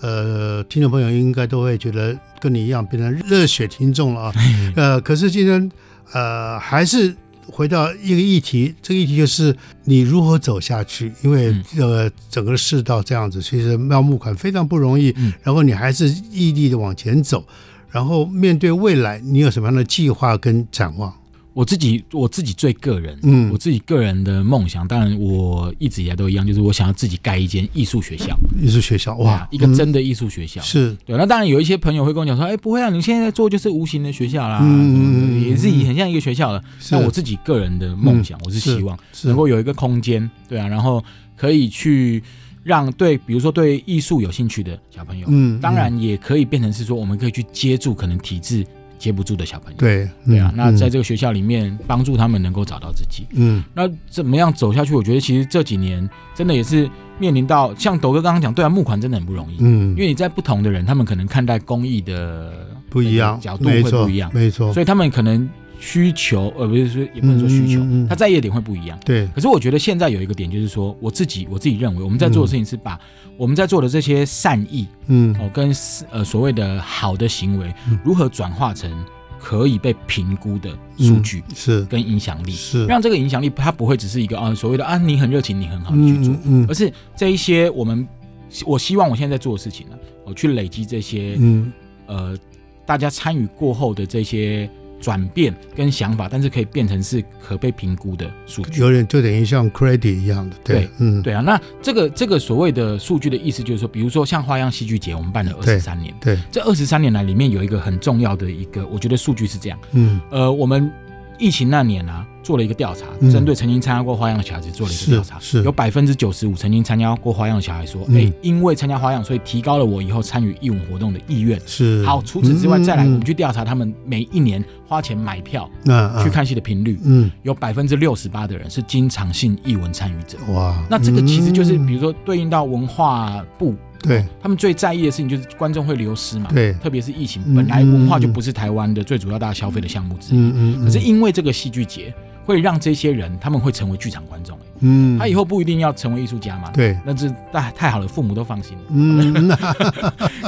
呃，听众朋友应该都会觉得跟你一样变成热血听众了啊。呃，可是今天呃还是回到一个议题，这个议题就是你如何走下去，因为
嗯
呃整个世道这样子，其实要募款非常不容易，
嗯
然后你还是毅力的往前走，然后面对未来，你有什么样的计划跟展望？
我自己我自己最个人，
嗯
我自己个人的梦想，当然我一直以来都一样，就是我想要自己盖一间艺术学校，
艺术学校哇，
啊一个
嗯
真的艺术学校。
是
对，那当然有一些朋友会跟我讲说，哎、不会啊，你现在在做就是无形的学校啦，
嗯嗯嗯
也是很像一个学校了。
是嗯
那我自己个人的梦想，我是希望
是
能够有一个空间，对啊，然后可以去让对，比如说对艺术有兴趣的小朋友，
嗯
当然也可以变成是说，我们可以去接住可能体制接不住的小朋友，
对嗯
对啊，那在
这
这个学校里面帮助他们能够找到自己。
嗯
那怎么样走下去？我觉得其实这几年真的也是面临到，像斗哥刚刚讲，对啊，募款真的很不容易，
嗯
因为你在不同的人，他们可能看待公益的呃
不一样
角度
没
会
错
不一样，
没错
所以他们可能需求，呃，不是说也不能说需求
嗯嗯嗯，
他在意的点会不一样。
对，
可是我觉得现在有一个点，就是说我自己我自己认为我们在做的事情是把我们在做的这些善意
嗯
哦跟呃所谓的好的行为
嗯，
如何转化成可以被评估的数据
嗯是
跟影响力，
是
让这个影响力它不会只是一个啊所谓的啊你很热情你很好你去做，
嗯
而是这一些我们我希望我现在在做的事情呢，我去累积这些
嗯
呃大家参与过后的这些转变跟想法，但是可以变成是可被评估的数
嗯，
据。
有点就等于像 credit 一样的，对
对，
嗯
对啊，那这个这个所谓的数据的意思就是说，比如说像花样戏剧节，我们办了二
对
十三年，
对，
这二十三年来里面有一个很重要的一个，我觉得数据是这样，
嗯
呃，我们疫情那年啊做了一个调查，
嗯
针对曾经参加过花样的小孩子做了一个调查，
是是
有百分之九十五曾经参加过花样的小孩说，
嗯
哎、因为参加花样，所以提高了我以后参与义务活动的意愿。
是。
好，除此之外，
嗯
再来我们
嗯
去调查他们每一年花钱买票
那啊
去，看戏的频率，
嗯
有百分之六十八的人是经常性艺文参与者。
嗯，哇，
那这个其实就是，
嗯
比如说对应到文化部，
对
他们最在意的事情就是观众会流失嘛， [LAUGHS]
对，
特别是疫情
嗯，
本来文化就不是台湾的最主要大家消费的项目之一，
嗯嗯，
可是
嗯
因为这个戏剧节会让这些人他们会成为剧场观众，欸
嗯，
他以后不一定要成为艺术家嘛，
对，
那这太太好了，父母都
[LAUGHS]
放心了， [LAUGHS]
嗯，那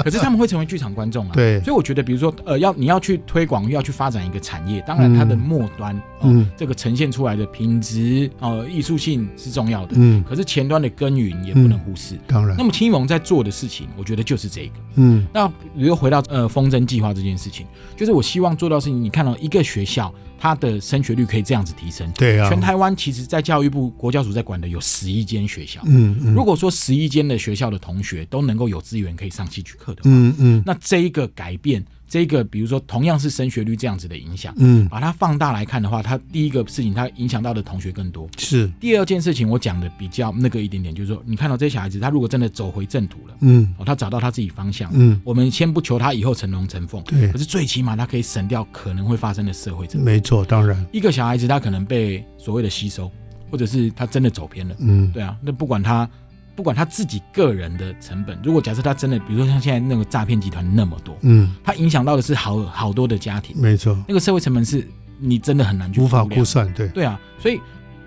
可是他们会成为剧场观众啊，
对
所以我觉得，比如说，呃，要你要去推广，要去发展一个产业，当然它的末端，哦、
嗯
这个呈现出来的品质，呃，艺术性是重要的，
嗯，
可是前端的耕耘也不能忽视。
当然
那，么青盟在做的事情，我觉得就是这个。
嗯
那比如回到呃风筝计划这件事情，就是我希望做到的事情，你看到一个学校它的升学率可以这样子提升，
对啊，
全台湾其实在教育部国教署在管的有十一间学校，
嗯嗯，
如果说十一间的学校的同学都能够有资源可以上戏剧课的话，
嗯嗯
那这一个改变，这一个比如说同样是升学率这样子的影响，
嗯
把它放大来看的话，它第一个事情它影响到的同学更多。
是，
第二件事情我讲的比较那个一点点，就是说你看到这些小孩子，他如果真的走回正途了，
嗯
哦，他找到他自己方向，
嗯，
我们先不求他以后成龙成凤，
对
可是最起码他可以省掉可能会发生的社会责任。
没错，当然，
一个小孩子他可能被所谓的吸收，或者是他真的走偏了，
嗯
对啊，那不管他不管他自己个人的成本，如果假设他真的，比如说像现在那个诈骗集团那么多，
嗯，
它影响到的是好好多的家庭，
没错，
那个社会成本是你真的很难去
无法
估量
估算，对，
对啊，所以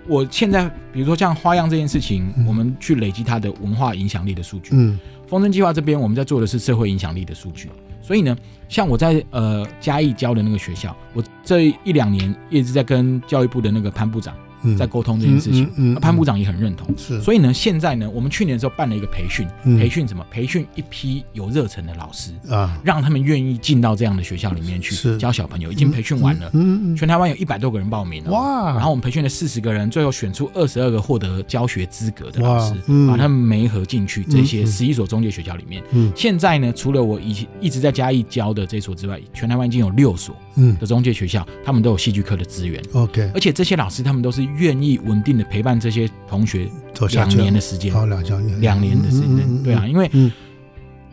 我现在比如说像花样这件事情，
嗯
我们去累积它的文化影响力的数据。
嗯
风筝计划这边我们在做的是社会影响力的数据。所以呢，像我在呃嘉义教的那个学校，我这一两年一直在跟教育部的那个潘部长
嗯，
在沟通这件事情，
嗯嗯嗯
那潘部长也很认同。
是，
所以呢，现在呢，我们去年的时候办了一个培训，
嗯
培训什么？培训一批有热忱的老师，
以啊，
让他们愿意进到这样的学校里面
是
去教小朋友。已经培训完了，
嗯嗯
全台湾有一百多个人报名了。
哇
然后我们培训了四十个人，最后选出二十二个获得教学资格的老师
哇，嗯
把他们媒合进去这
嗯
些
嗯
十一所中介学校里面。
嗯
现在呢，除了我以一直在嘉义教的这所之外，全台湾已经有六所
嗯
的中介学校，他们都有戏剧课的资源，
，OK，
而且这些老师他们都是愿意稳定的陪伴这些同学
走下
两
去，啊
年的时间，
好两两年，
两年的时间，对啊，，因为
嗯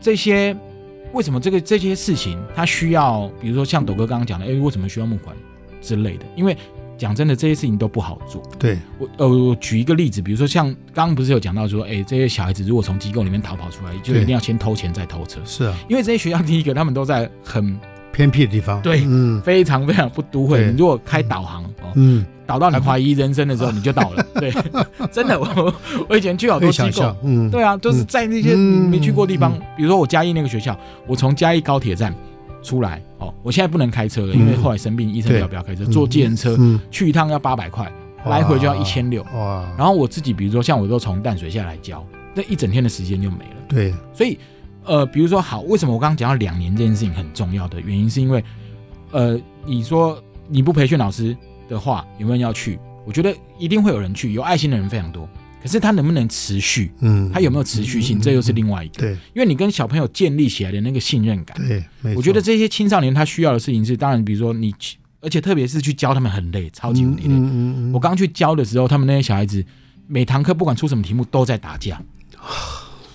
这些为什么这个这些事情，它需要，比如说像斗哥刚刚讲的，哎，为什么需要募款之类的？因为讲真的，这些事情都不好做。
嗯对，
我呃，我举一个例子，比如说像刚刚不是有讲到说，哎，这些小孩子如果从机构里面逃跑出来，就
对
一定要先偷钱再偷车，
是啊，
因为这些学校第一个他们都在很
偏僻的地方，嗯
非常非常不都会，
对
你如果开导航哦，
嗯，
导到你怀疑人生的时候，你就到了。
[LAUGHS]
对，真的，我我以前去好
可以
多
想
机构
象，，嗯，
对啊，就是在那些你
嗯
没去过地方
嗯，
比如说我嘉义那个学校，我从嘉义高铁站出来，哦，我现在不能开车了，因为
嗯
后来生病，医生
对
叫我不要开车，坐计程车
嗯，
去一趟要八百块，来回就要一千六。
哇，
然后我自己，比如说像我都从淡水下来教，那一整天的时间就没了。
对，
所以，呃，比如说好，为什么我刚刚讲到两年这件事情很重要的原因，是因为，呃，你说你不培训老师的话，有没有人要去？我觉得一定会有人去，有爱心的人非常多。可是他能不能持续？
嗯，
它有没有持续性，这又是另外一个。
对
因为你跟小朋友建立起来的那个信任感，
对，没
我觉得这些青少年他需要的事情是，当然，比如说你去，而且特别是去教他们很累，超级无敌累。
嗯嗯嗯，
我刚去教的时候，他们那些小孩子每堂课不管出什么题目都在
[SIGHS]
打架，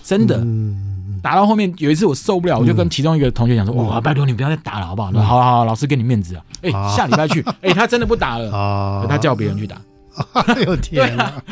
真的。
嗯
打到后面有一次我受不了，我就跟其中一个同学讲说：“
嗯
哇，拜托你不要再打了，好不好？”好好好，老师给你面子啊！哎
啊，
下礼拜去，哎，他真的不打
[LAUGHS]
了，
啊，
他叫别人去打。 [LAUGHS]
哎呦
对
天哪
啊，，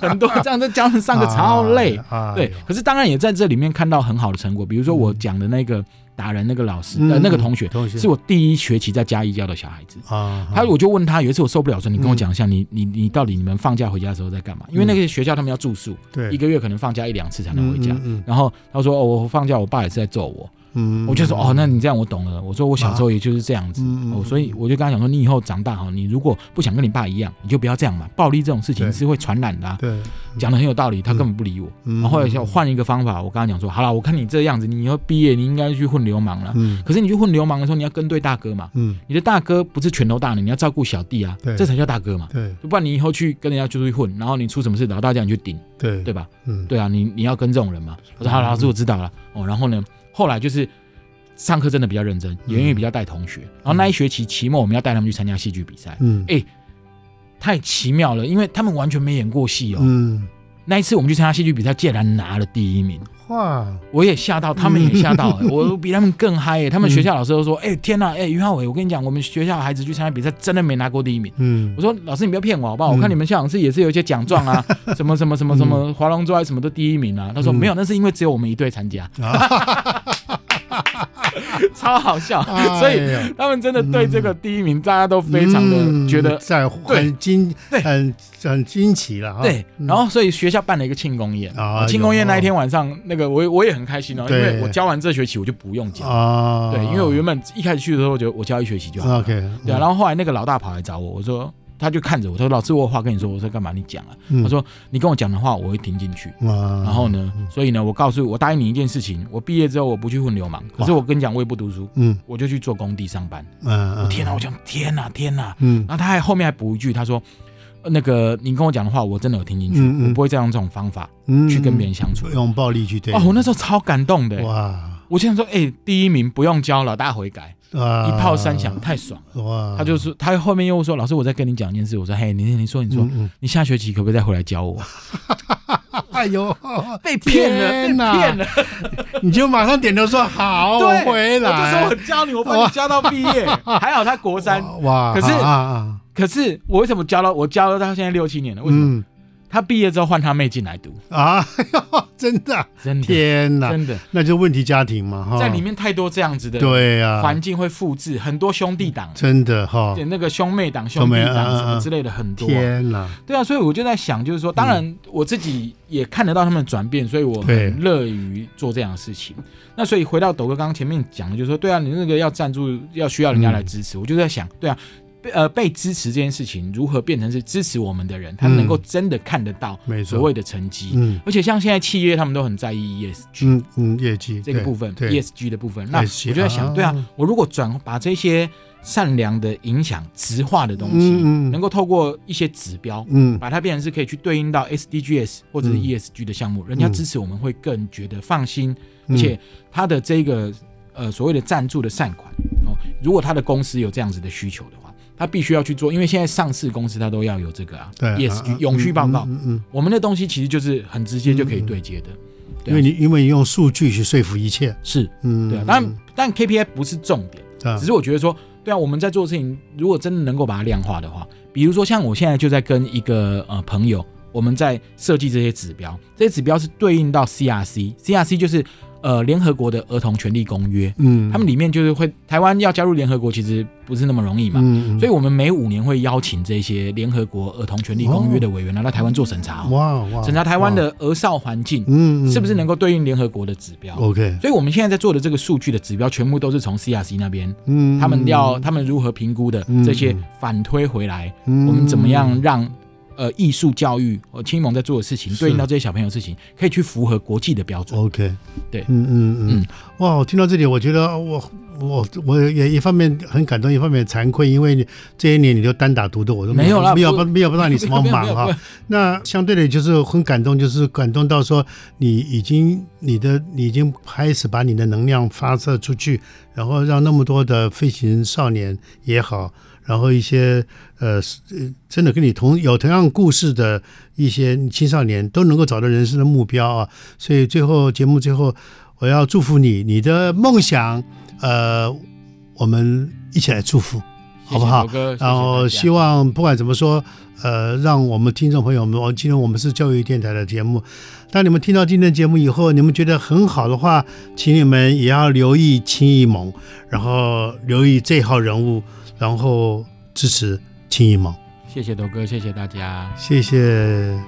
很多这样在教他们上课超累。
啊，
对，可是当然也在这里面看到很好的成果，比如说我讲的那个打人那个老师，
嗯
呃，那个
嗯
同学
同学
是我第一学期在嘉义教的小孩子。
啊，
他我就问他，有一次我受不了，我说你跟我讲一下，你你你到底你们放假回家的时候在干嘛？因为那个学校他们要住宿，
嗯对
一个月可能放假一两次才能回家。
嗯
然后他说、哦、我放假，我爸也是在揍我。
嗯
我就说哦，那你这样我懂了。我说我小时候也就是这样子，
嗯嗯
哦，所以我就跟他讲说，你以后长大哈，你如果不想跟你爸一样，你就不要这样嘛。暴力这种事情
对
是会传染的、啊。
对，
讲的很有道理，他根本不理我。
嗯
然后后来想换一个方法，我跟他讲说，好了，我看你这样子，你以后毕业你应该去混流氓了。
嗯
可是你去混流氓的时候，你要跟对大哥嘛。
嗯
你的大哥不是拳头大的，你要照顾小弟啊，
对
这才叫大哥嘛。
对
不然你以后去跟人家出去混，然后你出什么事，老大叫你去顶，
对
对吧？
嗯
对啊，你你要跟这种人嘛。我说好，老师我知道了。哦，然后呢，后来就是上课真的比较认真，也因为比较带同学。然后那一学期期末我们要带他们去参加戏剧比赛，
嗯
哎太奇妙了，因为他们完全没演过戏哦。
嗯
那一次我们去参加戏剧比赛，竟然拿了第一名，
哇
我也吓到，他们也吓
[LAUGHS]
到、哎我比他们更嗨、
嗯
哎他们学校老师都说：“哎、天哪，哎、于浩伟，我跟你讲，我们学校孩子去参加比赛，真的没拿过第一名。”
嗯
我说老师，你不要骗我好不好？
嗯
我看你们校长室也是有一些奖
[LAUGHS]
状啊，什么什么什么什么划龙舟啊，什么都第一名啊。他说
嗯啊
没有，那是因为只有我们一队
[LAUGHS]
参加， [LAUGHS] 超好笑。 [LAUGHS]
哎
所以
以
他们真的对这个第一名，大家都非常的
嗯
觉得
在乎很惊很很惊奇了啊，
对。
嗯
然后所以学校办了一个庆功宴
啊，
庆功宴
有
那一天晚上，那个我也我也很开心哦，因
对
为我教完这学期我就不用教，
啊，
对，因为我原本一开始去的时候，我觉得我教一学期就好了。
OK 嗯
对啊，然后后来那个老大跑来找我，我说。他就看着我，他说：“老师，我有话跟你说。”我说：“干嘛？你讲啊。”
嗯啊
他说：“你跟我讲的话，我会听进去。”
哇，
然后呢，
嗯
所以呢，我告诉我答应你一件事情，我毕业之后我不去混流氓，可是我跟你讲，我也不读书，
嗯
我就去做工地上班。
嗯嗯
天哪，我讲天哪，天哪！
嗯
然后他还后面还补一句，他说。呃那个，你跟我讲的话，我真的有听进去，
嗯嗯
我不会再用这种方法
嗯
去跟别人相处。
用暴力去对
哦，我那时候超感动的、
哇
我就想说，哎、第一名不用教，老大悔改，
啊
一炮三响，太爽了。
哇，
他就是他后面又说，老师，我再跟你讲一件事。我说，嘿，你你说你说，
嗯
你下学期可不可以再回来教我？
哎呦，
[LAUGHS] 被骗了，被
天哪
骗了。
[LAUGHS] 你就马上点头说好，我
对，
哦回来。
我就说我教你，我帮你教到毕业。还好他国三，
哇，
可是
啊啊，
可是我为什么教到我教到他现在六七年了？为什么？
嗯
他毕业之后换他妹进来读，
啊， [LAUGHS] 哎呦真的啊，
真的
天哪，
真的，
那就问题家庭嘛哈，
在里面太多这样子的
对啊呀，
环境会复制很多兄弟党。
真的哈
对，那个兄妹党、兄弟党
哦嗯嗯嗯
什么之类的很多，
天哪，
对啊，所以我就在想，就是说，当然我自己也看得到他们的转变，所以我
嗯对
很乐于做这样的事情。那所以回到斗哥刚刚前面讲的，就是说，对啊，你那个要赞助，要需要人
嗯
家来支持，我就在想，对啊。被呃，被支持这件事情如何变成是支持我们的人，他
嗯
能够真的看得到
没错
所谓的成绩，
嗯
而且像现在企业他们都很在意 ESG、
嗯嗯，业绩
这个
对
部分
对
，ESG 的部分，那
ESG
我就在想，
啊
对啊，我如果转把这些善良的影响直化的东西，
嗯嗯
能够透过一些指标，
嗯
把它变成是可以去对应到 SDGs 或者是
嗯
ESG 的项目，人家支持我们会更觉得放心，
嗯
而且他的这个呃所谓的赞助的善款哦，如果他的公司有这样子的需求的话，他必须要去做，因为现在上市公司它都要有这个啊
对
ESG
啊啊
永续报告，
嗯嗯嗯，
我们的东西其实就是很直接就可以对接的，
嗯因为你因为你用数据去说服一切，
是
嗯，
对啊，当然但 KPI 不是重点。
啊
只是我觉得说，对啊，我们在做的事情，如果真的能够把它量化的话，比如说像我现在就在跟一个呃朋友，我们在设计这些指标，这些指标是对应到 CRC，CRC 就是呃联合国的儿童权利公约，
嗯，
他们里面就是会台湾要加入联合国其实不是那么容易嘛。
嗯，嗯
所以，我们每五年会邀请这些联合国儿童权利公约的委员来到台湾做审查、哦，
哇哇，
审查台湾的儿少环境
哇，嗯，嗯哦
是不是能够对应联合国的指标？
OK，
所以，我们现在在做的这个数据的指标，全部都是从 CRC 那边
嗯，
他们要他们如何评估的
嗯
这些反推回来，
嗯
我们怎么样让呃艺术教育呃青盟在做的事情
是哦
对应到这些小朋友的事情，可以去符合国际的标准。
OK，
对
嗯嗯
嗯
嗯，哇！我听到这里，我觉得呃我我我也一方面很感动，一方面惭愧，因为你这些年你就单打独斗，我都
没有啦
没有
不
帮没有帮到你什么
没有
忙
没有没有
哈。那相对的，就是很感动，就是感动到说你已经你的你已经开始把你的能量发射出去，然后让那么多的飞行少年也好，然后一些呃是呃真的跟你同有同样故事的一些青少年都能够找到人生的目标啊。所以最后节目最后，我要祝福你，你的梦想，呃，我们一起来祝福，好不好？
谢谢牛哥
然后
谢谢大家
希望不管怎么说，呃，让我们听众朋友们，我今天我们是教育电台的节目，当你们听到今天的节目以后，你们觉得很好的话，请你们也要留意秦艺萌，然后留意这一号人物，然后支持秦艺萌。
谢谢豆哥，谢谢大家。
谢谢